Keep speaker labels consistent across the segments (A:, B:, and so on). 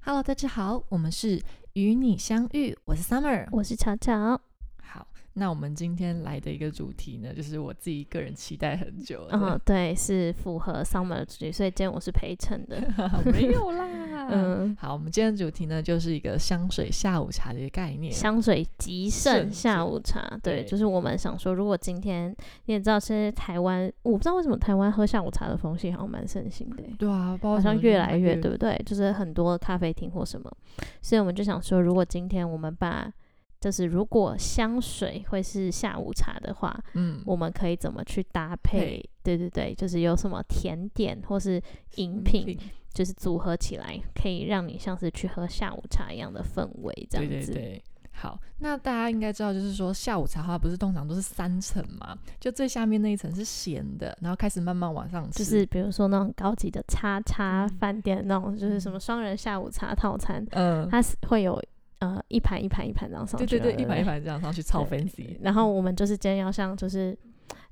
A: Hello，大家好，我们是与你相遇，我是 Summer。
B: 我是巧
A: 哦
B: 巧，
A: 好，那我们今天来的一个主题呢，就是我自己个人期待很久的，
B: 嗯，对，是符合 summer 的主题，所以今天我是陪衬的，
A: 没有啦。
B: 嗯，
A: 好，我们今天的主题呢，就是一个香水下午茶的一个概念。
B: 香水极
A: 盛
B: 盛
A: 是
B: 下午茶，
A: 对
B: 对，就是我们想说，如果今天你也知道，现在台湾，我不知道为什么台湾喝下午茶的风气好像蛮盛行的欸、
A: 对啊，不知道
B: 好
A: 为什
B: 像
A: 么
B: 越
A: 就
B: 来越，对不对？就是很多咖啡厅或什么，所以我们就想说，如果今天我们把，就是如果香水会是下午茶的话，
A: 嗯，
B: 我们可以怎么去搭
A: 配
B: 配？对对对，就是有什么甜点或是饮
A: 品
B: 品，就是组合起来，可以让你像是去喝下午茶一样的氛围，这样
A: 对对
B: 子。
A: 对。好，那大家应该知道，就是说下午茶的话，不是通常都是三层嘛？就最下面那一层是咸的，然后开始慢慢往上吃。
B: 就是比如说那种高级的叉叉
A: 嗯
B: 饭店那种，就是什么双人下午茶套餐，
A: 嗯，
B: 它是会有呃一盘一盘一盘这样上去
A: 对
B: 嘛，
A: 对对，
B: 对，
A: 一盘一。盘这样上去，超
B: 对
A: fancy。
B: 然后我们就是今天要像就是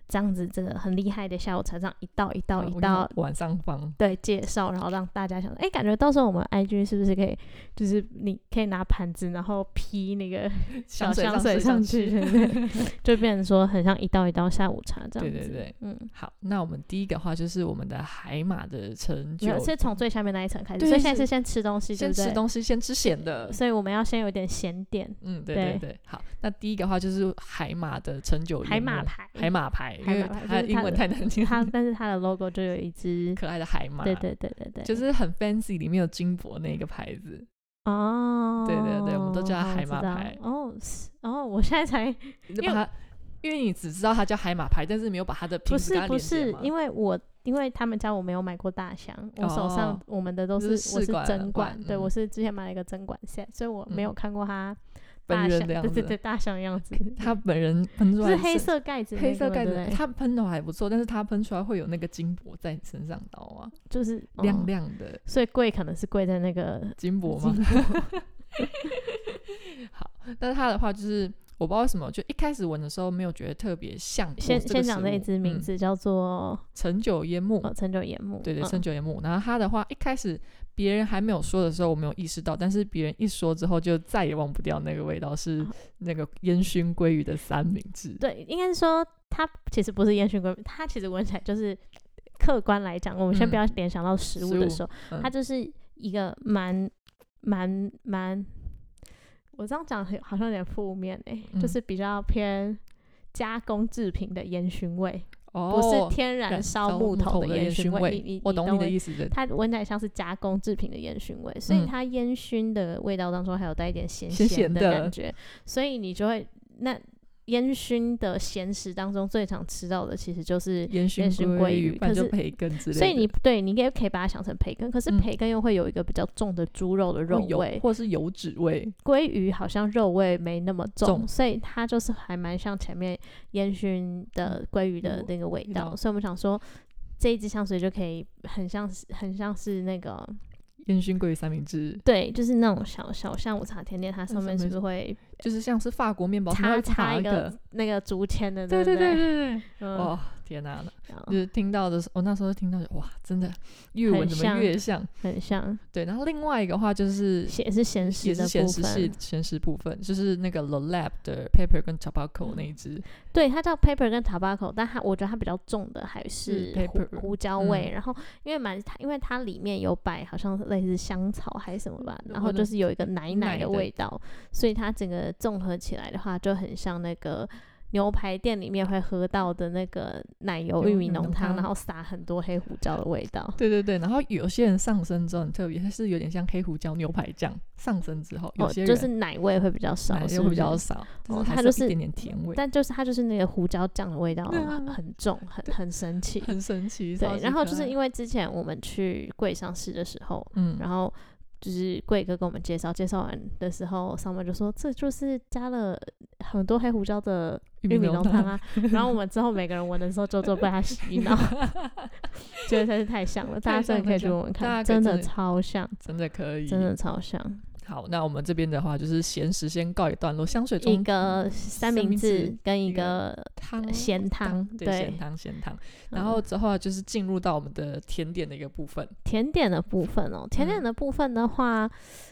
B: 这样子，这个很厉害的下午茶，这样一道一道
A: 好
B: 一
A: 哦我看
B: 道
A: 往上方，
B: 对介绍，然后让大家想说，哎，感觉到时候我们 IG 是不是可以，就是你可以拿盘子，然后披那个小
A: 水
B: 香水
A: 上
B: 上去，对不对？ 就变成说很像一道一道下午茶这样
A: 对
B: 子。
A: 对对，
B: 嗯，
A: 好，那我们第一个话就是我们的海马的成
B: 没
A: 就
B: 有，，是从最下面那一层开始，
A: 对
B: 所以现在
A: 是
B: 是先吃东西，对
A: 先
B: 不
A: 吃
B: 对？
A: 东西，先吃咸的。
B: 所以我们要先有点咸点，
A: 嗯，对对
B: 对
A: 对，好，那第一个话就是海马的成就
B: 海马
A: 牌，
B: 牌，
A: 海马牌，因
B: 海
A: 为
B: 马牌就
A: 它
B: 是
A: 英
B: 它
A: 文
B: 的
A: 太难听，
B: 它但是它的 logo 就有一只，
A: 可爱的海马，
B: 对对对对对，
A: 就是很 fancy，里面有金箔那个牌子，
B: 哦，
A: 对对对我们都叫它
B: 哦我
A: 海马
B: 知道
A: 牌
B: 哦，是哦，我现 在才
A: 你就
B: 因
A: 把
B: 为
A: 它，因为你只知道它叫海马牌，但是没有把它的
B: 不
A: 品质
B: 是
A: 跟它
B: 不
A: 连接
B: 是
A: 嘛，
B: 因为我因为他们家我没有买过大箱，我手
A: 哦
B: 上我们的都
A: 就是是
B: 我
A: 试
B: 是
A: 管
B: 针管
A: 罐，
B: 对
A: 嗯
B: 我是之前买了一个针管 set，所以我没有
A: 嗯
B: 看过它
A: 本
B: 大
A: 人
B: 象，
A: 的样
B: 对对
A: 子
B: 对，大象的样子，
A: 它本人喷出
B: 就
A: 来
B: 是黑色盖子那个嘛，
A: 黑色盖
B: 对不
A: 子，
B: 对
A: 它喷头还不错，但是它喷出来会有那个金箔在你身上，知道吗？
B: 就是
A: 亮。
B: 嗯
A: 亮的
B: 所以贵可能是贵在那个
A: 金箔吗？ 好，但是它的话就是我不知道为什么，就一开始闻的时候没有觉得特别像我
B: 先
A: 这个
B: 先讲
A: 食
B: 那一
A: 物
B: 只名
A: 嗯
B: 字叫做
A: 陈酒烟幕，
B: 哦陈九眼目，
A: 对对，
B: 嗯
A: 陈酒烟幕。然后它的话一开始别人还没有说的时候，我没有意识到，但是别人一说之后，就再也忘不掉那个味道，是
B: 哦
A: 那个烟熏鲑鱼的三明治。
B: 对，应该是说它其实不是烟熏鲑鱼，它其实闻起来就是客观来讲，我们先不
A: 嗯
B: 要联想到食物
A: 食物
B: 的时候，
A: 嗯
B: 它就是一个蛮蛮蛮，我这样讲很好像有点负面哎、
A: 嗯
B: 就是比较偏。加工制品的烟熏味，不
A: 哦，
B: 是天然烧木头
A: 头
B: 的
A: 烟
B: 熏
A: 味，
B: 你你
A: 我懂你的
B: 思。
A: 意思的。
B: 它闻起来像是加工制品的烟熏味，所以
A: 嗯
B: 它烟熏的味道当中还有带一点咸
A: 咸咸
B: 的
A: 的
B: 感觉，所以你就会那烟熏的咸食当中最常吃到的其实就是，
A: 烟熏
B: 烟熏
A: 鲑
B: 鲑
A: 鱼，
B: 鱼
A: 不然
B: 可
A: 就是培根之类的。
B: 所以你对你也可以把它想成培根，可是
A: 嗯
B: 培根又会有一个比较重的猪肉的
A: 或
B: 肉
A: 油
B: 味，
A: 或是油脂味，
B: 鲑鱼好像肉味没那么重，
A: 重
B: 所以它就是还蛮像前面烟熏的鲑鱼的
A: 嗯
B: 那个味
A: 味
B: 道，
A: 道
B: 所以我们想说这一支香水就可以很像是很像是那个。
A: 烟熏鲑鱼三明治，
B: 对，就是那种小小下午茶甜点，它上面是不是会
A: 就是像是法国面包，它
B: 插
A: 会
B: 插
A: 那
B: 一
A: 个
B: 个，那个竹签的？
A: 对
B: 对
A: 对对
B: 不，
A: 对对，
B: 嗯，
A: 哦天哪，
B: 然后
A: 就是听到的时候，我那时候听到就哇，真的越
B: 很
A: 闻怎么
B: 像
A: 越像，
B: 很像，
A: 对。然后另外一个话就是
B: 也是咸食
A: 也是
B: 的
A: 咸
B: 部
A: 食系
B: 分。
A: 咸食部分，就是那个 The Lab 的 Pepper 跟
B: 嗯
A: Tobacco 那一只，
B: 对，它叫 paper 跟 tobacco，但它我觉得它比较重的还是胡
A: pepper，嗯
B: 胡椒味。然后因为蛮它，因为它里面有摆好像类似香草还是什么吧，
A: 嗯
B: 然
A: 我
B: 后
A: 的
B: 就是有一个奶
A: 奶
B: 奶的
A: 的
B: 味道，所以它整个综合起来的话，就很像那个。牛排店里面会喝到的那个奶油
A: 牛
B: 玉米
A: 奶浓
B: 浓汤，
A: 汤
B: 然后撒很多黑胡椒的味道。
A: 对对对。然后有些人上身之后很特别，它是有点像黑胡椒牛排酱，上身之后有
B: 哦，
A: 些人
B: 就是奶味会比较少，
A: 奶
B: 是
A: 油
B: 不
A: 哎会比较
B: 是，
A: 少，
B: 哦
A: 但是还
B: 它
A: 是有
B: 就
A: 一
B: 是
A: 点点甜味，
B: 但就是它就是那个胡椒酱的味道
A: 对啊
B: 很重，很很 神奇。
A: 很神奇。超
B: 对，
A: 级
B: 然后
A: 可
B: 就是
A: 爱
B: 因为之前我们去贵上市的时候，
A: 啊嗯，
B: 然后就是贵哥跟我们介绍，介绍完的时候，Summer 就说这就是加了很多黑胡椒的玉米浓 汤啊。然后我们之后每个人闻的时候，就都被他洗脑，觉得真是太像了。大
A: 太
B: 家
A: 像
B: 真的可
A: 太
B: 以去
A: 像
B: 闻闻
A: 大家
B: 看，
A: 可以
B: 真
A: 真
B: 的
A: 的
B: 超像，
A: 真的可以，
B: 真的超像。
A: 好，那我们这边的话就是咸食先告一段落，香水
B: 一
A: 中嗯
B: 个三明治跟一个
A: 汤
B: 咸汤，
A: 对咸汤咸汤，然
B: 嗯
A: 后之后啊就是进入到我们的甜点的一个部分，
B: 甜点的部分哦，甜点
A: 嗯
B: 的部分的话，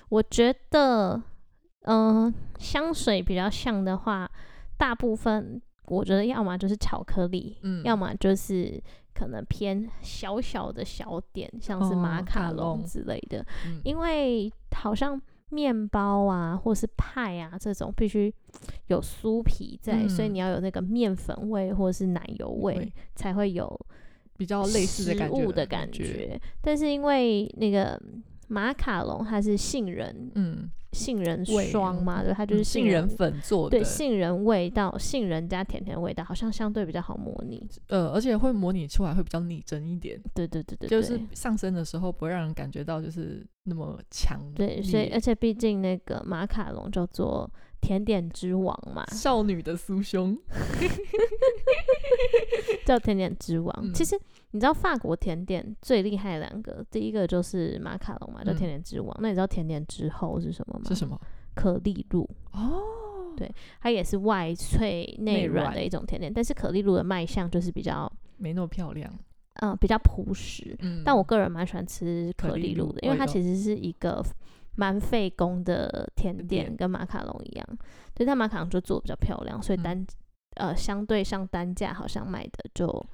B: 我觉得，嗯、香水比较像的话，大部分我觉得要么就是巧克力，
A: 嗯
B: 要么就是可能偏小小的小点，像是
A: 哦
B: 马
A: 卡
B: 卡龙
A: 龙
B: 之类的，
A: 嗯
B: 因为好像面包啊或是派啊这种必须有酥皮在，所以
A: 嗯
B: 你要有那个面粉味或是奶油味
A: 味
B: 才会有
A: 比较哦类似的
B: 食
A: 感觉
B: 物的
A: 感
B: 感，觉。但是因为那个马卡龙它是杏仁
A: 嗯，
B: 杏仁
A: 味
B: 霜嘛，对，它
A: 嗯
B: 就是
A: 杏仁粉做的
B: 对，杏仁味道，杏仁加甜甜味道，好像相对比较好模拟。
A: 呃，而且会模拟出来会比较拟真一点，
B: 对对对对，
A: 就是
B: 对
A: 上升的时候不会让人感觉到就是那么强烈。
B: 对，所以而且毕竟那个马卡龙叫做甜点之王嘛，
A: 少女的酥胸，
B: 叫甜点之王。
A: 嗯
B: 其实你知道法国甜点最厉害两个，第一个就是马卡龙嘛，叫
A: 嗯
B: 甜点之王。那你知道甜点之后是什么吗？
A: 是什么？
B: 可丽露。
A: 哦，
B: 对它也是外脆内
A: 内
B: 软
A: 软
B: 的一种甜点，但是可丽露的卖相就是比较，
A: 没那么漂亮。
B: 嗯、比较朴实。
A: 嗯，
B: 但我个人蛮喜欢吃
A: 可
B: 可
A: 丽
B: 丽露
A: 露
B: 的，因为
A: 我
B: 它
A: 有
B: 其实是一个蛮费工的甜
A: 甜
B: 点，
A: 点
B: 跟马卡龙一样。对，但马卡龙就做得比较漂亮，所以
A: 嗯
B: 单、呃相对上单价好像卖的就比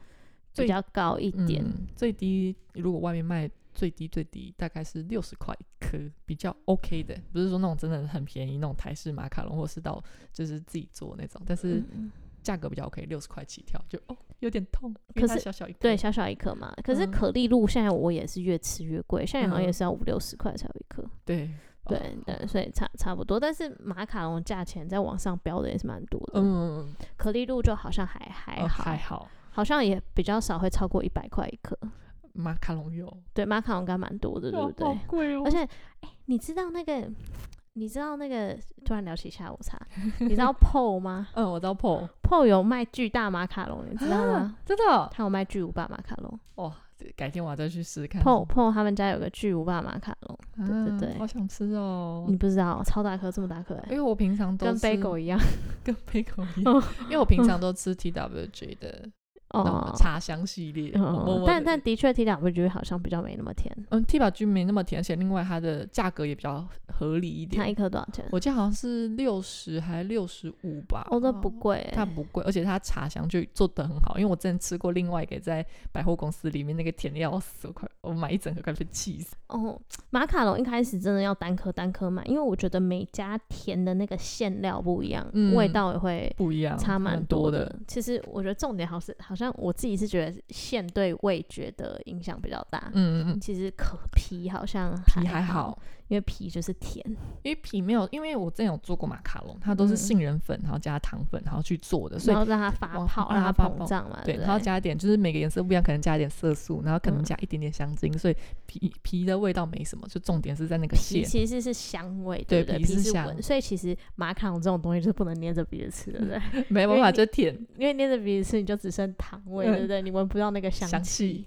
A: 最
B: 较高一点。
A: 嗯最低，如果外面卖最低最低大概是六十块一颗，比较 OK 的，不是说那种真的很便宜那种台式马卡龙，或是到就是自己做那种，但是
B: 嗯
A: 价格比较 OK，六十块起跳，就哦有点痛，因
B: 可
A: 为它
B: 是
A: 小小一颗，
B: 对，小小一颗嘛，可是
A: 嗯
B: 可丽露现在我也是越吃越贵，现在好像也
A: 嗯
B: 是要五六十块才有一颗。
A: 对
B: 对
A: 哦
B: 对，所以差差不多。但是马卡龙价钱在网上标的也是蛮多的，
A: 嗯，
B: 可丽露就好像还还
A: 哦
B: 好，
A: 还好，
B: 好像也比较少会超过一百块一颗。
A: 马卡龙有，
B: 对，马卡龙应该蛮多的，对不
A: 哇
B: 对？
A: 好贵哦，
B: 而且，哎、你知道那个，你知道那个，突然聊起下午茶，你知道 PO 吗
A: 嗯，我知道 PO，
B: ？PO 有卖巨大马卡龙，你知道吗？
A: 真的哦
B: 他有卖巨无霸马卡龙
A: 哇，这改天我再去试试看。
B: ，PO PO 他们家有个巨无霸马卡龙，对对
A: 啊
B: 对
A: 好想吃哦
B: 你，不知道，超大颗，这么大颗、
A: 因
B: 欸，
A: 为我平常都
B: 跟
A: 吃
B: bagel 一样
A: 跟 bagel 一样，因为我平常都吃 TWG 的那种
B: 哦。
A: 茶香系列，我默
B: 嗯
A: 默，
B: 但
A: 地
B: 但的确 T 两 B G 好像比较没那么甜，
A: 嗯 T 把 G 没那么甜，而且另外它的价格也比较合理一
B: 它一
A: 点，
B: 颗多少钱？
A: 我记得好像是六十还六十五吧，
B: 哦，那不贵欸、
A: 它不贵，而且它茶香就做的很好，因为我之前吃过另外一个在百货公司里面那个甜的要死，我快我买一整盒快被气死。
B: 哦，马卡龙一开始真的要单颗单颗买，因为我觉得每家甜的那个馅料不一样，
A: 嗯
B: 味道也会
A: 不一样，
B: 差蛮
A: 多
B: 的。。其实我觉得重点好是，好像我自己是觉得馅对味觉的影响比较大。
A: 嗯嗯嗯，
B: 其实可皮好像
A: 皮还
B: 好
A: 好，，
B: 因为皮就是甜。
A: 因为皮没有，因为我之前有做过马卡龙，它都是
B: 嗯
A: 杏仁粉，然后加糖粉，然后去做的，所以
B: 然后让它发
A: 往
B: 泡，
A: 让
B: 让它
A: 它发
B: 膨
A: 泡
B: 胀嘛，
A: 对，
B: 对不
A: 然后
B: 对
A: 加一点，就是每个颜色不一样，可能加一点色素，然后可能
B: 嗯
A: 加一点点香精，所以皮皮的味道没什么，就重点是在那个
B: 皮
A: 馅。
B: 其实是香味，
A: 对
B: 不对？
A: 皮
B: 皮
A: 是
B: 是
A: 香
B: 闻，所以其实马卡龙这种东西就是不能捏着鼻子吃，对 不对？
A: 没
B: 因
A: 办
B: 为
A: 法，
B: 你
A: 就甜
B: 因为捏着鼻子吃，你就只剩糖味，
A: 嗯
B: 对不对？你闻不到那个香
A: 香
B: 气。
A: 气。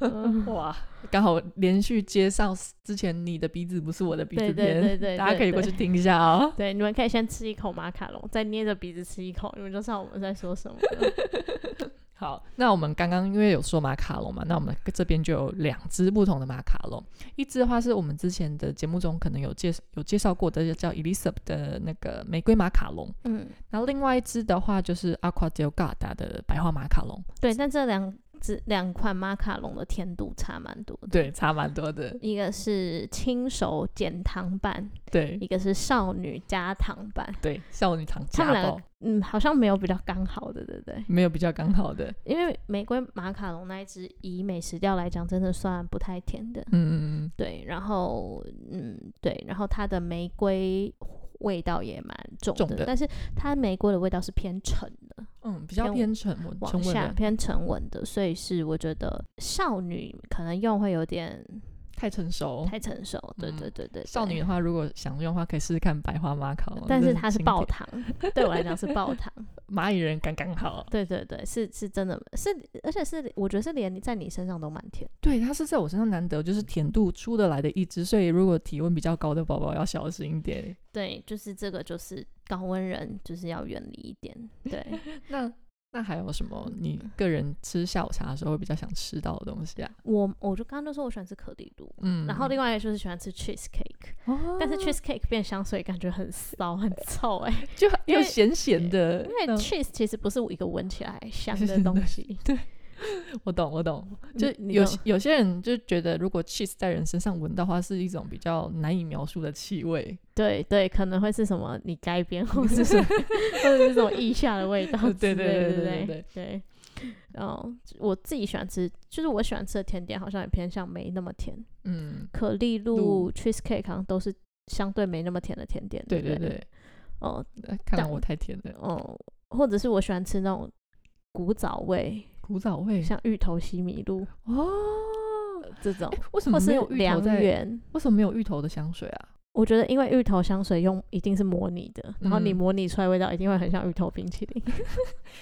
B: 嗯
A: 哇，刚好连续接上之前你的鼻子不是我的鼻
B: 对
A: 子
B: 对
A: 篇，
B: 对 对，
A: 大家
B: 对
A: 可以过
B: 对
A: 去听一下哦。
B: 对，你们可以先吃一口马卡龙，再捏着鼻子吃一口，你们就知道我们在说什么了。
A: 好，那我们刚刚因为有说马卡龙嘛，那我们这边就有两只不同的马卡龙，一只的话是我们之前的节目中可能有介有介绍过的，叫 Elizabeth 的那个玫瑰马卡龙，
B: 嗯，
A: 然后另外一只的话就是 Aqua d e l g a d a 的白花马卡龙。
B: 对，但这两只两款马卡龙的甜度差蛮多的。
A: 对，，差蛮多的。
B: 一个是亲手减糖版，
A: 对
B: 一个是少女加糖版。
A: 对，少女糖家
B: 他们两
A: 暴
B: 个，嗯，好像没有比较刚好的，对不对？
A: 没有比较刚好的。
B: 因为玫瑰马卡龙那一只，以美食调来讲，真的算不太甜的。
A: 嗯嗯嗯，
B: 对，然后嗯，对，然后它的玫瑰味道也蛮重的，
A: 重的
B: 但是它玫瑰的味道是偏沉的，
A: 嗯，比较
B: 偏
A: 偏沉稳，
B: 往
A: 沉稳
B: 下
A: 的，
B: 偏沉稳的，所以是我觉得少女可能用会有点
A: 太成熟。
B: 太成熟，对
A: 嗯
B: 对对对，
A: 少
B: 对
A: 女的话，如果想用的话，可以试试看白花马卡龙。
B: 但是
A: 真的
B: 它是
A: 经
B: 爆
A: 典，
B: 糖，对我来讲是爆糖，
A: 蚂蚁人刚刚好。
B: 对对对，是是真的，是而且是我觉得是连在你身上都蛮甜。
A: 对，它是在我身上难得就是甜度出得来的一只，所以如果体温比较高的宝宝要小心一 点。
B: 对，就是这个就是高温人就是要远离一 点。对，
A: 那那还有什么你
B: 嗯
A: 个人吃下午茶的时候会比较想吃到的东西啊？
B: 我我就刚刚就说我喜欢吃可丽露，
A: 嗯，
B: 然后另外就是喜欢吃 cheese cake，、
A: 哦
B: 但是 cheese cake 变香水感觉很骚很臭哎、
A: 就
B: 因
A: 又
B: 为
A: 咸咸的，嗯
B: 因为
A: 那
B: cheese 其实不是一个闻起来香
A: 是
B: 的
A: 的
B: 东西，
A: 我懂我懂，
B: 你
A: 就
B: 嗯你
A: 有
B: 懂
A: 有些人就觉得如果 cheese 在人身上闻到的话，是一种比较难以描述的气味。
B: 对对，可能会是什么你 该边或是什么，或者是什么腋下的味道
A: 对
B: 哦之类
A: 对对
B: 的，
A: 对
B: 对
A: 对
B: 对对。然后我自己喜欢吃，就是我喜欢吃的甜点好像也偏向没那么甜，
A: 嗯，
B: 可丽
A: 露
B: 露、cheese cake 好像都是相对没那么甜的甜点。
A: 对对
B: 对不对，
A: 对，
B: 哦
A: 呃看来
B: 但
A: 我太甜了，
B: 哦，或者是我喜欢吃那种古早味，
A: 古早味
B: 像芋头西米露
A: 哦。
B: 这种
A: 诶，为什么
B: 或
A: 没
B: 是
A: 有芋头
B: 良
A: 在？
B: 缘。
A: 为什么没有芋头的香水啊？
B: 我觉得，因为芋头香水用一定是模拟的，然后你
A: 嗯
B: 模拟出来的味道一定会很像芋头冰淇淋。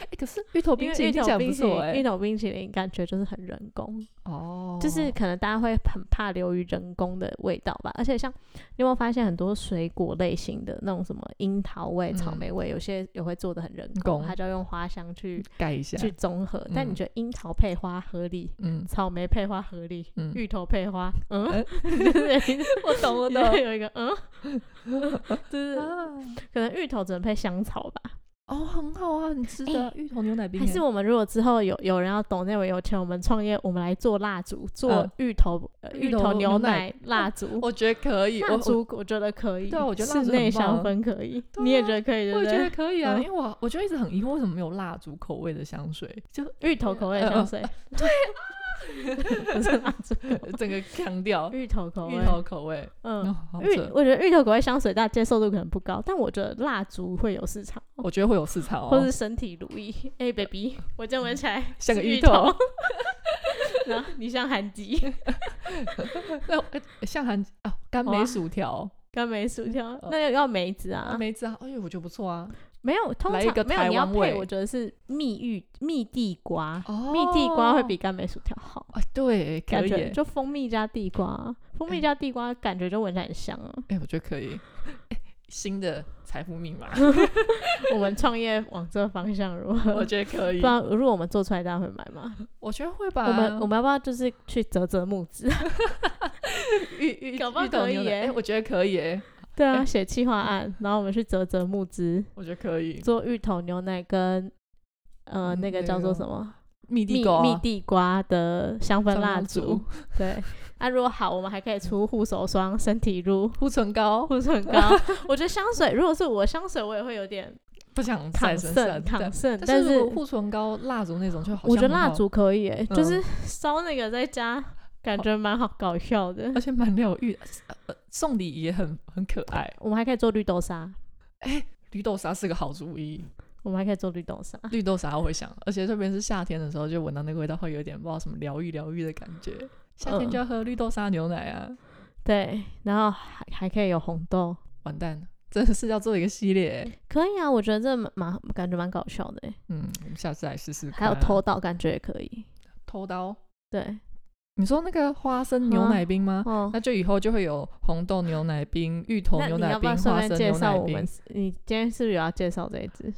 A: 哎、可是芋头
B: 因
A: 冰
B: 为
A: 淇
B: 芋
A: 淋听
B: 头
A: 起来
B: 冰
A: 不
B: 淇淋
A: 错哎、
B: 芋头冰淇淋感觉就是很人工，
A: 哦，
B: 就是可能大家会很怕流于人工的味道吧。而且像你有没有发现很多水果类型的那种什么樱桃味、草
A: 嗯
B: 莓味，有些也会做的很人
A: 工
B: 工，它就要用花香去
A: 盖一下，
B: 去综合。但
A: 嗯
B: 你觉得樱桃配花合理？
A: 嗯，
B: 草莓配花合理，
A: 嗯
B: 芋头配 花，嗯，
A: 呃
B: 就是
A: 我懂我 懂。
B: 有一个嗯，就是可能芋头只能配香草吧，
A: 啊哦，很好啊，很值得、芋头牛奶冰、
B: 还是我们如果之后有有人要懂那位有钱，我们创业，我们来做蜡烛，做
A: 嗯
B: 芋头、呃
A: 芋
B: 芋
A: 头
B: 头
A: 牛
B: 牛
A: 奶
B: 奶蜡烛。
A: 我觉得可以，我
B: 蜡
A: 我
B: 烛我觉得可以，
A: 对啊我觉得蜡烛
B: 室
A: 很
B: 内
A: 棒啊
B: 香氛可以，
A: 对
B: 你也
A: 啊
B: 觉得可以，对
A: 我
B: 不
A: 觉得
B: 对？
A: 可以啊，
B: 嗯
A: 因为我我就一直很疑惑为什么没有蜡烛口味的香水，就
B: 芋头口味的
A: 呃呃
B: 香水，
A: 啊
B: 对， 不是蜡烛口味，
A: 整个强调
B: 芋头口味
A: 芋，头口味，
B: 嗯
A: 嗯，，好
B: 芋
A: 扯，
B: 我觉得芋头口味香水大家接受度可能不高，但我觉得蜡烛会有市场，
A: 我觉得会有市场哦，
B: 或是身体乳液。哎，baby，我这样闻起来
A: 像个
B: 是
A: 芋
B: 芋
A: 头，
B: 然后你像韩吉，
A: 那呃像韩啊甘梅
B: 哇
A: 薯条、
B: 跟梅薯条，那要梅子啊，
A: 呃梅子啊，哎呦我觉得不错啊，
B: 没有，通
A: 来
B: 常
A: 一个
B: 没有
A: 台
B: 你要
A: 湾味
B: 配，我觉得是蜜芋蜜地瓜，
A: 哦
B: 蜜地瓜会比干梅薯条好，
A: 啊对，可
B: 感
A: 以欸嗯
B: 觉
A: 耶，
B: 就蜂蜜加地瓜，蜂蜜加地瓜感觉就闻起来很香啊。
A: 哎我觉得可以， 哎新的财富 密码，
B: 我们创业往这方向如何？
A: 我觉得可以
B: 不，然，如果我们做出来，大家会买吗？
A: 我觉得会吧，
B: 我们我们要不要就是去折折木子？
A: 芋芋
B: 搞不好
A: 芋头
B: 可以
A: 牛奶
B: 耶
A: 哎我觉得可以耶，
B: 对
A: 哎
B: 啊，写企划案，然后我们去折折木子，
A: 我觉得可以，
B: 做芋头牛奶跟呃
A: 嗯
B: 那个
A: 那
B: 叫
A: 个
B: 做什么
A: 蜜
B: 蜜
A: 地瓜
B: 蜜地瓜的香氛
A: 香
B: 蜡
A: 氛
B: 烛
A: 烛。
B: 对，啊，如果好，我们还可以出护手霜、身体 乳、
A: 护唇膏
B: 护唇膏。 我觉得香水，如果是我香水，我也会 有点
A: 不想
B: 抗
A: 晒身上
B: 渗、，抗
A: 但
B: 渗。
A: 但
B: 但
A: 是
B: 是
A: 如果护唇膏、蜡烛那种就好像
B: 我觉得
A: 很好
B: 蜡，烛可以、欸，就是
A: 嗯
B: 烧那个在家，感觉蛮好搞笑的
A: 而。且蛮疗愈，呃呃送礼也很很可爱。
B: 我们还可以做绿豆沙，
A: 绿豆沙是个好主意，
B: 我们还可以做绿豆沙。
A: 绿豆沙我会想，而且特别是夏天的时候，就闻到那个味道会有点不知道什么疗愈疗愈的感觉。夏天
B: 嗯
A: 就要喝绿豆沙牛奶啊，
B: 对，然后还还可以有红豆，
A: 完蛋了，真的是要做一个系 列。
B: 可以啊。我觉得这蛮蛮感觉蛮搞笑的、欸，
A: 嗯，我们下次来试试
B: 还
A: 看啊。
B: 有头岛感觉也可以。
A: 偷刀，
B: 对，
A: 你说那个花生牛奶冰吗？
B: 哦。
A: 那就以后就会有红豆牛奶冰、芋头
B: 那
A: 牛
B: 你
A: 奶
B: 要不
A: 冰、
B: 要顺
A: 花生
B: 便介
A: 牛
B: 绍
A: 奶
B: 我们
A: 冰、？
B: 你今天是不是有要介绍这一支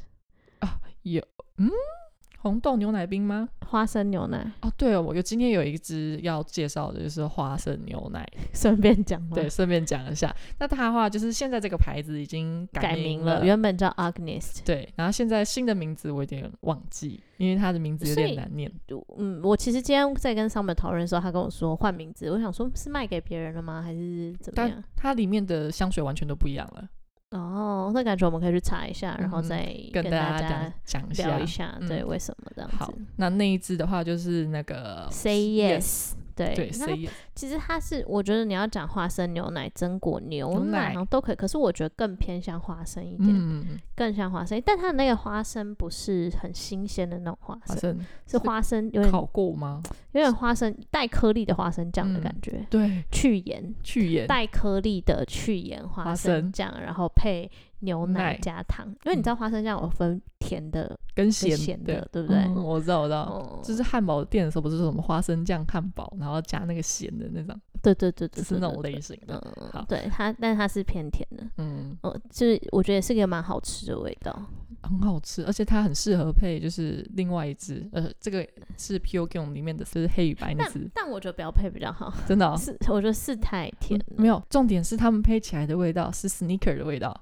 A: 红豆牛奶冰吗？
B: 花生牛奶？
A: 哦，对哦，我有今天有一支要介绍的，就是花生牛奶。
B: 顺便讲吗？
A: 对，顺便讲一下，那它的话就是现在这个牌子已经
B: 改
A: 名
B: 名了，原本叫 Agnes。
A: 对，然后现在新的名字我有点忘记，因为它的名字有
B: 所
A: 点
B: 以
A: 难念。
B: 就嗯，我其实今天在跟 Summer 讨论的时候，他跟我说换名字，我想说是卖给别人了吗，还是怎么
A: 但
B: 样？
A: 它里面的香水完全都不一样了，
B: 哦，那感觉我们可以去查一下，然后
A: 嗯
B: 再
A: 跟
B: 大
A: 家
B: 家
A: 讲讲一
B: 聊
A: 下
B: 一。下，
A: 嗯
B: 对，为什么这样
A: 好
B: 子，
A: 那那一支的话就是那个
B: ？Say yes，对
A: 对
B: 那
A: Say Yes，
B: 其实它是，我觉得你要讲花生牛奶、榛果牛
A: 牛奶
B: 奶好像都可以，可是我觉得更偏向花生一点，
A: 嗯，
B: 更像花生，但它的那个花生不是很新鲜的那种花
A: 好
B: 生，
A: 像
B: 是花生有点
A: 烤过吗？
B: 有点花生带颗粒的花生酱的
A: 嗯
B: 感觉，
A: 对，
B: 去盐
A: 去盐。
B: 带颗粒的去盐
A: 花
B: 花
A: 生
B: 生酱，然后配牛
A: 奶
B: 奶加糖，因为你知道花生酱有分甜的、
A: 跟
B: 跟
A: 咸
B: 咸
A: 对
B: 的，嗯对不对？
A: 嗯我知道，我知道，
B: 哦
A: 就是汉堡店的时候不是说什么花生酱汉堡，然后加那个咸的那种，
B: 对对对
A: 就
B: 对，
A: 是那
B: 对
A: 种类型
B: 对
A: 的。
B: 嗯
A: 好
B: 嗯，对它，但它是偏甜的，
A: 嗯，
B: 嗯，就是我觉得是个蛮好吃的味道。
A: 很好吃，而且它很适合配就是另外一只，呃，这个是 P O G 里面的，就是黑与白那
B: 但
A: 只，
B: 但我觉得不要配比较好，
A: 真的、哦。
B: 是我觉得是太甜
A: 嗯没有，重点是它们配起来的味道是 sneaker 的味道，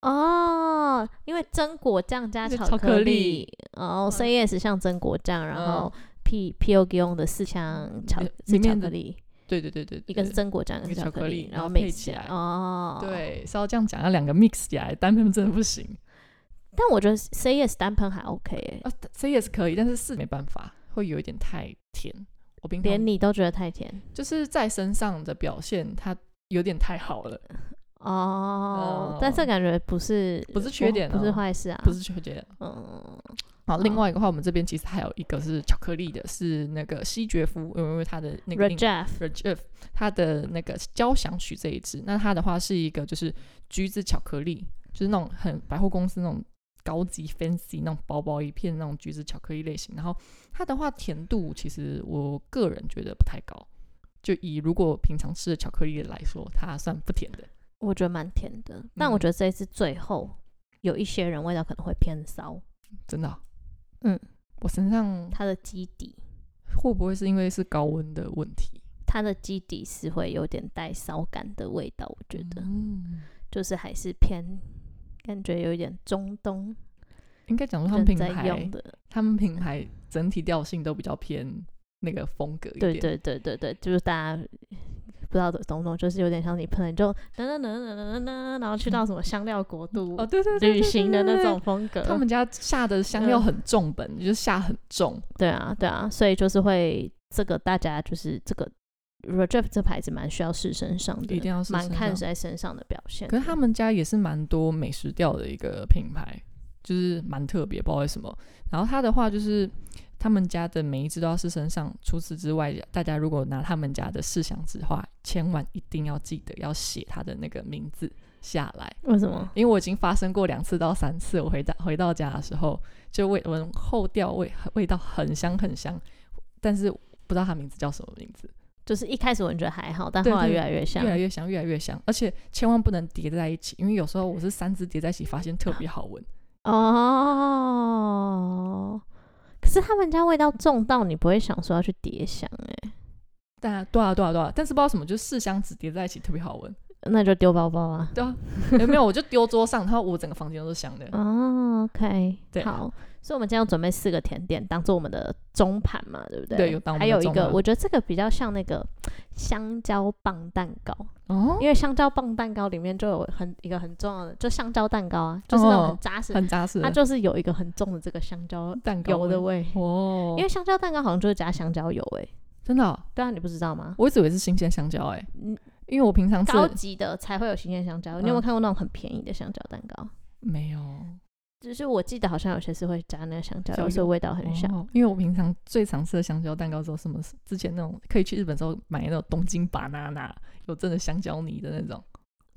B: 哦，因为榛果酱加
A: 那个
B: 巧
A: 巧克
B: 克
A: 力
B: 力，哦，所以也是像榛果酱，然
A: 嗯
B: 后 P P O G 用的四箱巧
A: 里
B: 是
A: 里
B: 巧
A: 面的
B: 克力，
A: 对对对对对
B: 一个是榛果酱，一
A: 一
B: 个
A: 个
B: 是巧
A: 巧
B: 克
A: 克
B: 力
A: 力，
B: 然后
A: 然后配
B: mix
A: 起来
B: 哦，。
A: 对，是要这样讲，要两个 mix 起来，单喷真的不行
B: 但我觉得 C S 单喷还 OK，欸
A: 啊。C 也是可以，但是四没办法，会有一点太甜。我平常
B: 连你都觉得太甜
A: 就是在身上的表现，它有点太好了，
B: 哦，但这感觉不是
A: 嗯不是缺点
B: 不是
A: 哦
B: 坏事啊，
A: 不是就觉得。
B: 嗯，
A: 好，
B: 好
A: 另外一个话，我们这边其实还有一个是巧克力的，是那个西爵夫，因为它的那个
B: r e
A: 另
B: j e f
A: r e j e f 它的那个交响曲这一支，那它的话是一个就是橘子巧克力，就是那种很百货公司那种高级 fancy 那种薄薄一片那种橘子巧克力类型。然后它的话甜度其实我个人觉得不太高，就以如果平常吃的巧克力来说，它算不甜的。
B: 我觉得蛮甜的，但我
A: 嗯
B: 觉得这一次最后有一些人味道可能会偏骚，
A: 真的哦、
B: 嗯，
A: 我身上
B: 它的基底，
A: 会不会是因为是高温的问题？
B: 它的基底是会有点带骚感的味道，我觉得、
A: 嗯，
B: 就是还是偏感觉有一点中东
A: 应该讲说他们品
B: 人在用
A: 牌，
B: 的，
A: 他们品牌整体调性都比较偏那个风格一点。
B: 对对对对对，就是大家。不知道懂不懂，就是有点像你喷了，你就噔噔噔噔噔噔噔，然后去到什么香料国度
A: 哦，对对对，对
B: 旅行的那。
A: 对
B: 种嗯
A: 对
B: 风格。
A: 他们家下的香料很重本，就是下很重。
B: 对啊，对啊，所以就是会这个大家就是这个 r e j e f 这牌子蛮需要试身上的，
A: 一定要试
B: 蛮
A: 身
B: 看
A: 上
B: 谁在身上的表现的。
A: 可是他们家也是蛮多美食调的一个品牌，就是蛮特别，不知道为什么。然后它的话就是他们家的每一只都要试身上，除此之外，大家如果拿他们家的试香纸的话，千万一定要记得要写他的那个名字下来。
B: 为什么？
A: 因为我已经发生过两次到三次，我回到回到家的时候，就味闻后调味味道很香很香，但是不知道它名字叫什么名字，
B: 就是一开始我觉得还好，但
A: 对
B: 后来
A: 对
B: 越来越像
A: 越。来越香越来越香，而且千万不能叠在一起，因为有时候我是三支叠在一起，发现特别好 闻。
B: 哦，可是他们家味道重到你不会想说要去叠香哎、
A: 但啊对啊对啊对啊，但是不知道为什么，就是四香纸叠在一起特别好闻。
B: 那就丢包包啊。
A: 对啊，诶没有我就丢桌上，然后我整个房间都是香的。
B: 哦，OK，
A: 对
B: 好，所以我们今天要准备四个甜点当做我们的中盘嘛，对不对？
A: 对有当我
B: 还
A: 们的
B: 有一
A: 中
B: 个，
A: 盘
B: 我觉得这个比较像那个香蕉棒蛋糕，
A: 哦，
B: 因为香蕉棒蛋糕里面就有很一个很重要的，就香蕉蛋糕啊，就是那种很
A: 哦
B: 扎实，
A: 很扎实
B: 它
A: 的
B: 就是有一个很重的这个香蕉
A: 蛋糕
B: 油的味，
A: 哦，
B: 因为香蕉蛋糕好像就是加香蕉油诶、
A: 真的哦、
B: 对啊，你不知道吗？
A: 我一直以为是新鲜香蕉哎、
B: 嗯
A: 因为我平常吃
B: 高级的才会有新鲜香蕉，你有没
A: 嗯
B: 有看过那种很便宜的香蕉蛋糕？
A: 没有。
B: 就是我记得好像有些是会加那个香蕉
A: 香
B: 油，所以
A: 油
B: 味道很像。
A: 哦，因为我平常最常吃的香蕉蛋糕都是什么？之前那种可以去日本时候买那种东京 banana，有真的香蕉泥的那种。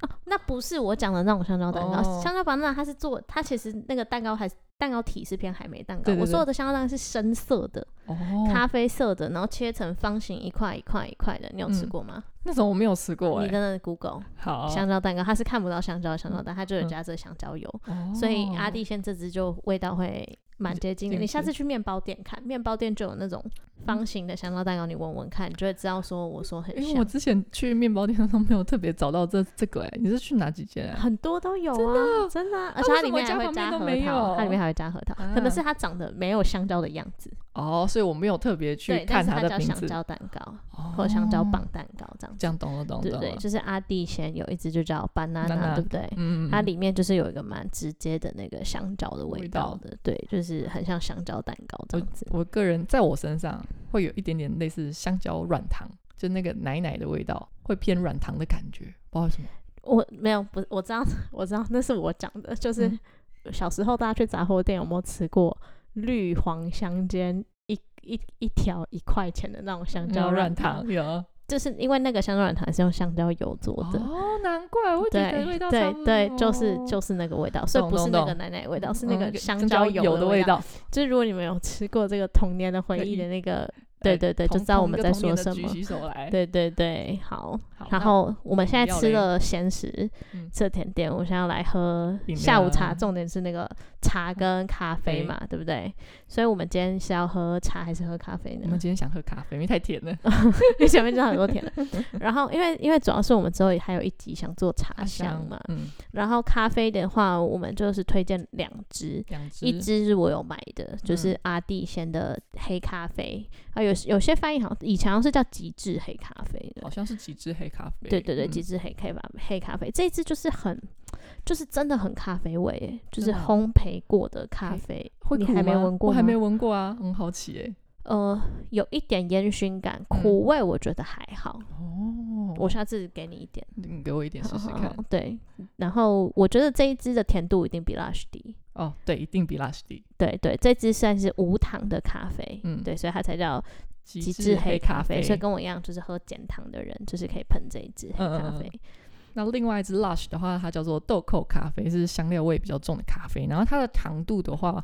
B: 哦，那不是我讲的那种香蕉蛋糕，
A: 哦
B: 香蕉巴娜它是做，它其实那个蛋糕还是蛋糕体是偏海绵蛋糕。
A: 对对
B: 我
A: 对
B: 说的香蕉蛋糕是深色的、
A: 哦
B: 咖啡色的，然后切成方形一块一块一块的，你有吃
A: 嗯
B: 过吗？
A: 那种我没有吃过哦哎、
B: 你真的 Google
A: 好，
B: 香蕉蛋糕，它是看不到香蕉的香蕉蛋，它就有加这香蕉油，
A: 嗯哦
B: 所以阿弟现这只就味道会。蛮接近的，
A: 接
B: 你下
A: 近
B: 次去面包店看，面包店就有那种方形的香蕉蛋糕，你闻闻看，你就会知道说我说很
A: 哦因为我
B: 像，
A: 之前去面包店的时候没有特别找到这这个哎、你是去哪几间、啊？
B: 很多都有啊，真的啊、而且
A: 为
B: 它
A: 什
B: 里
A: 么
B: 面
A: 我家
B: 还会
A: 旁边
B: 加
A: 都
B: 核
A: 没
B: 桃，它里
A: 有
B: 面还会加核桃，可能
A: 啊
B: 是它长得没有香蕉的样子，
A: 哦，所以我没有特别去
B: 对，但
A: 看
B: 是
A: 的
B: 叫
A: 名
B: 香
A: 字，
B: 蕉蛋糕
A: 哦
B: 或者香蕉棒蛋糕这样
A: 这
B: 子，
A: 样懂了懂了
B: 对
A: 懂
B: 对，
A: 了。
B: 就是阿弟先有一只就叫 banana，
A: banana，
B: 对不对？
A: 嗯，
B: 它里面就是有一个蛮直接的那个香蕉的味
A: 味
B: 道
A: 道
B: 的，对，就是很像香蕉蛋糕这样子。
A: 我个人在我身上会有一点点类似香蕉软糖，就那个奶奶的味道，会偏软糖的感觉，不知道为什么。
B: 我没有不，我知道我知道那是我讲的，就是
A: 嗯
B: 小时候大家去杂货店有没有吃过绿黄香煎一一一条一块钱的那种香蕉
A: 嗯软
B: 软糖？
A: 有，
B: 就是因为那个香蕉软糖是用香蕉油做的。
A: 哦，难怪我会觉得味
B: 对
A: 道差不
B: 对
A: 多
B: 对，就是
A: 哦
B: 就是那个味道，所以
A: 懂
B: 不是
A: 懂
B: 那
A: 懂
B: 个奶奶的味道，是那
A: 嗯
B: 个香
A: 蕉
B: 油
A: 的
B: 味。
A: 道，
B: 就是如果你们有吃过这个童年的回
A: 回
B: 忆
A: 忆
B: 的那个，
A: 哎
B: 对对对，就
A: 同
B: 知道
A: 同
B: 我
A: 一
B: 们
A: 个
B: 在
A: 童年
B: 说
A: 的举
B: 什么。
A: 起手来，
B: 对对对，好。
A: 好，
B: 然
A: 那
B: 后我们现在
A: 饮料
B: 吃
A: 嘞
B: 了咸食
A: 嗯，
B: 吃了甜点，我们现在要来喝
A: 饮料
B: 下午茶，
A: 啊嗯
B: 重点是那个茶跟咖啡
A: 对
B: 嘛，对不对？所以我们今天是要喝茶还是喝咖啡
A: 我
B: 呢
A: 们？今天想喝咖啡，因为太甜了，
B: 因为前面讲很多甜的。然后因为因为主要是我们之后也还有一集想做茶香嘛，
A: 嗯，
B: 然后咖啡的话，我们就是推荐两支。
A: 两只，
B: 一支是我有买的，
A: 嗯
B: 就是阿蒂鲜的黑咖啡、啊，有有些翻译好像以前好像是叫极致黑咖啡的，
A: 好像是几支黑咖啡，
B: 对对对，
A: 嗯
B: 极致黑咖啡，黑咖啡，这一支就是很，就是真的很咖啡味耶，就
A: 真
B: 是
A: 的哦
B: 烘焙过的咖
A: 会
B: 啡。
A: 会
B: 你
A: 苦
B: 还没
A: 吗
B: 闻过
A: 我
B: 吗？
A: 还没闻过啊，很好奇哎，
B: 呃，有一点烟熏感，
A: 嗯
B: 苦味我觉得还好。
A: 哦，
B: 我下次给你一点，
A: 你给我一点试试
B: 好
A: 看
B: 好好，对，然后我觉得这一支的甜度一定比 Lush 低。
A: 哦，对，一定比拉士蒂
B: 对对，这支算是无糖的咖啡，
A: 嗯
B: 对，所以它才叫极
A: 极
B: 致黑
A: 黑
B: 咖
A: 啡，
B: 所以跟我一样，就是喝减糖的人，就是可以喷这一支黑
A: 嗯嗯
B: 咖
A: 嗯
B: 啡。
A: 那另外一支 Lush 的话，它叫做豆蔻咖啡，是香料味比较重的咖啡。然后它的糖度的话，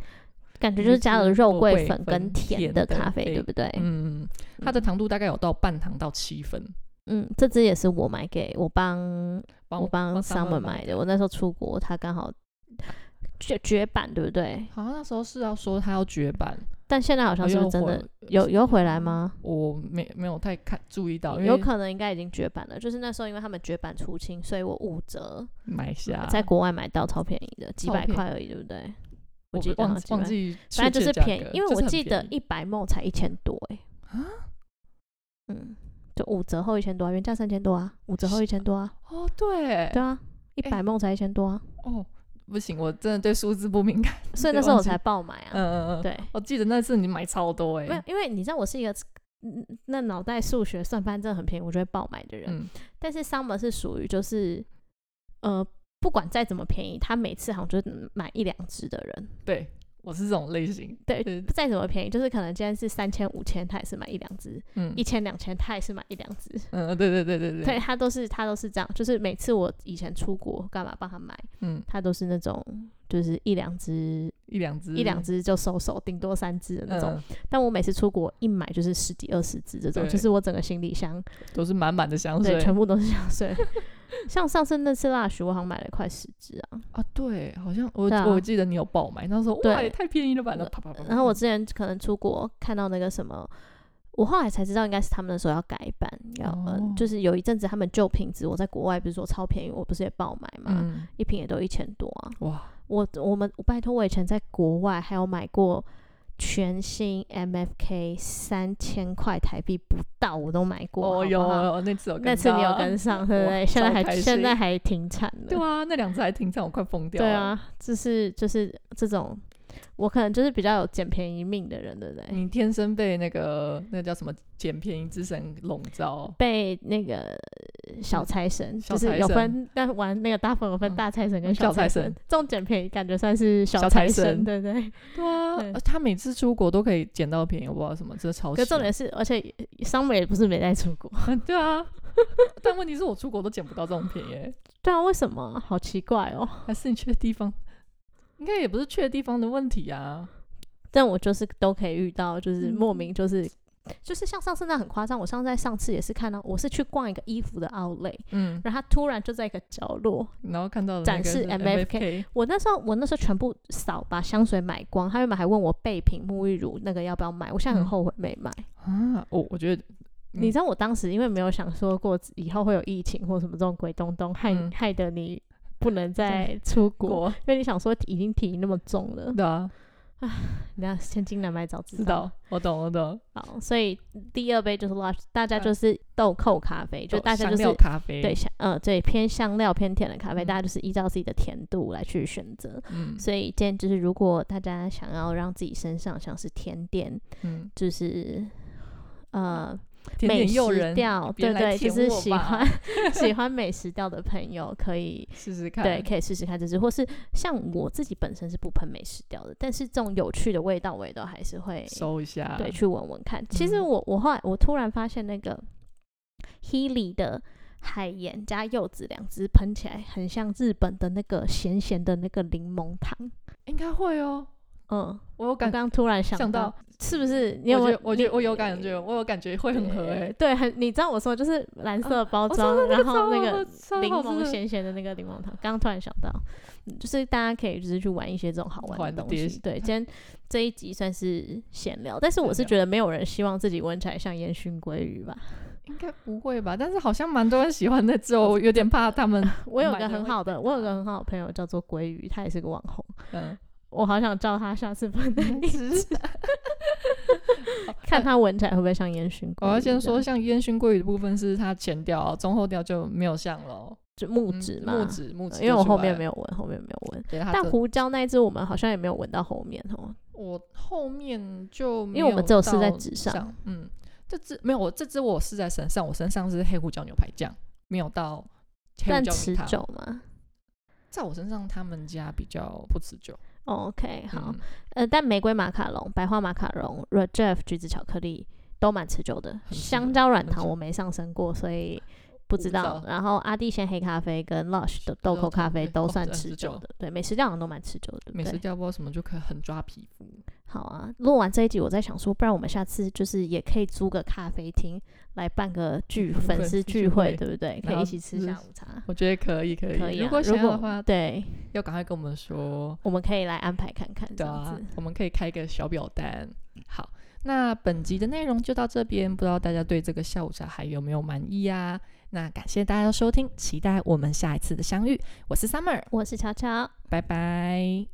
B: 感觉
A: 一
B: 就是加
A: 支
B: 了肉
A: 肉
B: 桂
A: 桂
B: 粉跟
A: 粉
B: 甜
A: 甜
B: 的
A: 的
B: 咖啡，
A: 啡
B: 对不对？
A: 嗯，它的糖度大概有到半糖到七分。
B: 嗯，这支也是我买给我帮
A: 帮
B: 我帮
A: Summer
B: Summer 买的。我那时候出国，他刚好绝绝版，对不对？
A: 好像那时候是要说它要绝版，
B: 但现在好像
A: 哦
B: 是不是
A: 又
B: 真
A: 回
B: 的有有回来吗？
A: 我没没有太看注意到，因
B: 有
A: 为
B: 可能应该已经绝版了。就是那时候因为他们绝版出清，所以我五折
A: 买下
B: 在国外买到超便宜的，几
A: 超
B: 百
A: 便宜
B: 块而已，对不对？
A: 我
B: 记得好
A: 忘
B: 像几
A: 忘
B: 百，
A: 记确切价格，
B: 反正就是便宜，因为
A: 就是
B: 我
A: 很
B: 记得
A: 便宜
B: 一百梦才一千多哎、
A: 啊
B: 嗯，就五折后一千多、啊，原价三千多啊，五折后一千多啊，
A: 哦对
B: 对啊，一百梦才一千多啊，
A: 哦不行，我真的对数字不 敏感。
B: 所以那
A: 对
B: 时候
A: 忘
B: 我
A: 记
B: 才爆买啊，
A: 嗯嗯嗯，
B: 对，
A: 我记得那次你买超多哎、
B: 没有，因为你知道我是一个嗯那脑袋数学算盘真的很便宜，我就会爆买的人，
A: 嗯，
B: 但是 Summer 是属于就是呃。不管再怎么便宜，他每次好像就是买一两只的人，
A: 对我是这种类型，
B: 对
A: 对，
B: 再怎么便宜，就是可能今天是三千、五千，他也是买一两只；
A: 嗯
B: 一千、两千，他也是买一两只。
A: 嗯对对对对
B: 对，他都是他都是这样，就是每次我以前出国干嘛帮他买，
A: 嗯
B: 他都是那种就是一两只
A: 一两只
B: 一两只就收手，顶多三只的那种。
A: 嗯
B: 但我每次出国一买就是十几二十只这种，
A: 对哦
B: 就是我整个行李箱
A: 都是满满的香
B: 对
A: 水
B: 全部都是香水。 像上次那次蜡烛，我好像买了快十支啊。
A: 啊，对，好像我、
B: 对啊
A: 我记得你有爆买，那时候哇
B: 对
A: 也太便宜了吧，那啪啪啪啪，
B: 然后我之前可能出国看到那个什么，我后来才知道应该是他们那时候要改版，要、呃
A: 哦
B: 就是有一阵子他们旧瓶子，我在国外不是说超便宜，我不是也爆买嘛，
A: 嗯
B: 一瓶也都一千多啊。
A: 哇
B: 我我们我拜托，我以前在国外还有买过全新 MFK 三千块台币不到，我都买过。
A: 哦
B: 好不
A: 有
B: 好
A: 有那次有
B: 那次你有跟上，对不
A: 哇
B: 对？现在
A: 超
B: 还
A: 开心
B: 现在还停产
A: 对
B: 了。
A: 啊，那两只还挺让我快疯掉
B: 对
A: 了，
B: 啊，就是就是这种，我可能就是比较有捡便宜命的人，对不对？
A: 你天生被那个那叫什么捡便宜之神笼 罩，
B: 被那个小财神，
A: 嗯小
B: 就是
A: 财
B: 有
A: 神
B: 分，但玩那个大粉有分
A: 嗯
B: 大财神跟
A: 小
B: 财
A: 财
B: 神
A: 神，
B: 这种捡便宜感觉算是小
A: 小
B: 财
A: 财
B: 神，
A: 神
B: 对不对？
A: 对啊
B: 对，
A: 而他每次出国都可以捡到便宜，我不知道什么，真的超
B: 可重
A: 喜
B: 点是，而且 Summer 也不是没在出国，
A: 欢 对啊，但问题是我出国都捡不到这种便宜欸，
B: 对啊，为什么？好奇怪哦。
A: 还是你去的地方，应该也不是去的地方的问题啊，
B: 但我就是都可以遇到，就是
A: 嗯
B: 莫名就是。就是像上次那很夸张，我上次在上次也是看到，我是去逛一个衣服的 outlet，
A: 嗯，
B: 然后他突然就在一个角落，
A: 然后看到了
B: 展
A: 那个
B: 示
A: 是
B: MFK
A: MFK，
B: 我那时候我那时候全部扫把香水买光，他原本还问我备品沐浴乳那个要不要买，我现在很
A: 嗯
B: 后悔没买。
A: 啊，我我觉得嗯
B: 你知道我当时因为没有想说过以后会有疫情或什么这种鬼东东，害、
A: 嗯
B: 害得你不能再出国，
A: 国
B: 因为你想说已经体那么重了，
A: 对啊，
B: 那千金难买早知
A: 知道，我懂我懂，
B: 好，所以第二杯就是 Lush，大家
A: 嗯
B: 就是豆蔻咖啡，就大
A: 哦
B: 家就
A: 香料
B: 是
A: 咖啡，
B: 对，香呃对偏香料偏甜的咖啡，
A: 嗯
B: 大家就是依照自己的甜度来去选择。
A: 嗯
B: 所以今天就是如果大家想要让自己身上像是甜点，
A: 嗯，
B: 就是呃
A: 甜
B: 美
A: 点诱
B: 食
A: 人，
B: 调，
A: 别
B: 对
A: 人来
B: 对，就
A: 舔
B: 是
A: 我
B: 喜
A: 吧
B: 欢 喜欢美食调的朋友可以。
A: 试试 看，
B: 对，可以试试看这支，或是像我自己本身是不喷美食调的，但是这种有趣的味道，我也都还是会
A: 收一下，
B: 对，去闻闻看。其实
A: 啊嗯
B: 我我后来我突然发现那个 Healy 的海盐加柚子两只喷起来，很像日本的那个咸咸的那个柠檬糖。
A: 应该会哦。
B: 嗯，
A: 我有
B: 我刚
A: 感
B: 刚突然想
A: 想到，
B: 是不是？你有
A: 我
B: 没
A: 觉
B: 有
A: 得我觉得
B: 你
A: 我有感觉，我有感觉会很合哎
B: 呃
A: 诶。
B: 对，很，你知道我说就是蓝色的包
A: 我
B: 装，然后那
A: 个
B: 个
A: 超
B: 柠
A: 好吃
B: 檬
A: 的
B: 咸咸的那个柠檬糖，刚刚突然想到，嗯就是大家可以就是去玩一些这种好玩
A: 玩
B: 的
A: 的
B: 东
A: 碟
B: 西。对，今 天这一集算是闲聊，但是我
A: 闲
B: 是
A: 聊
B: 觉得没有人希望自己闻起来像烟熏鲑鱼吧。
A: 应该不会吧？但是好像蛮多人喜欢的，只 有我有点怕他们。
B: 我有
A: 买
B: 个
A: 的
B: 很
A: 会
B: 好的，我有个很好的朋友叫做鲑鱼，他也是个网红，
A: 嗯，
B: 我好想叫他下次 分享一
A: 只是啊
B: 看他闻起来会不会像烟熏鲑
A: 我
B: 鱼。
A: 要先说，，像烟熏鲑鱼的部分是它前调、中后调就没有像了。
B: 就木
A: 嗯
B: 质嘛，
A: 木质木质就出来了，
B: 因为我后面没有闻，后面没有闻。
A: 对，它
B: 但
A: 这
B: 胡椒那一只我们好像也没有闻到后面哦，
A: 我后面就因
B: 因为我们只有试在纸上，
A: 嗯，这只没有我这只我试在身上，我身上是黑胡椒牛排酱，没有到黑
B: 但
A: 胡椒
B: 持
A: 米汤。
B: 久嘛。
A: 在我身上他们家比较不持久。
B: OK，好，
A: 嗯
B: 呃，但玫瑰马卡龙、白花马卡龙、r e j e f 橘子巧克力都蛮持久的，
A: 很持
B: 香
A: 久
B: 蕉软
A: 很
B: 糖
A: 持
B: 我没上升过，所以不
A: 不
B: 知
A: 知
B: 道
A: 道。
B: 然后阿蒂鲜黑咖啡跟 Lush 的豆
A: 豆
B: 蔻咖
A: 咖
B: 啡
A: 啡
B: 都
A: 哦
B: 算
A: 这很
B: 持
A: 持
B: 久
A: 久
B: 的，对，美食酱好像都蛮持久的，对不
A: 美食
B: 对？
A: 调包什么就可以很抓皮肤，
B: 好啊，录完这一集，我在想说，不然我们下次就是也可以租个咖啡厅来办个聚
A: 粉
B: 粉丝
A: 丝
B: 聚
A: 聚
B: 会，
A: 会
B: 对不对？可
A: 然
B: 以
A: 后
B: 一起吃
A: 就是
B: 下午茶，
A: 我觉得可以可以。
B: 可以啊。
A: 如果想要的话，
B: 对，
A: 要赶快跟我们说。
B: 我们可以来安排看看这
A: 对
B: 样
A: 啊
B: 子。，
A: 我们可以开个小表单。好，那本集的内容就到这边，不知道大家对这个下午茶还有没有满意呀、那感谢大家的收听，期待我们下一次的相遇。我是 Summer，
B: 我是乔乔。
A: 拜拜。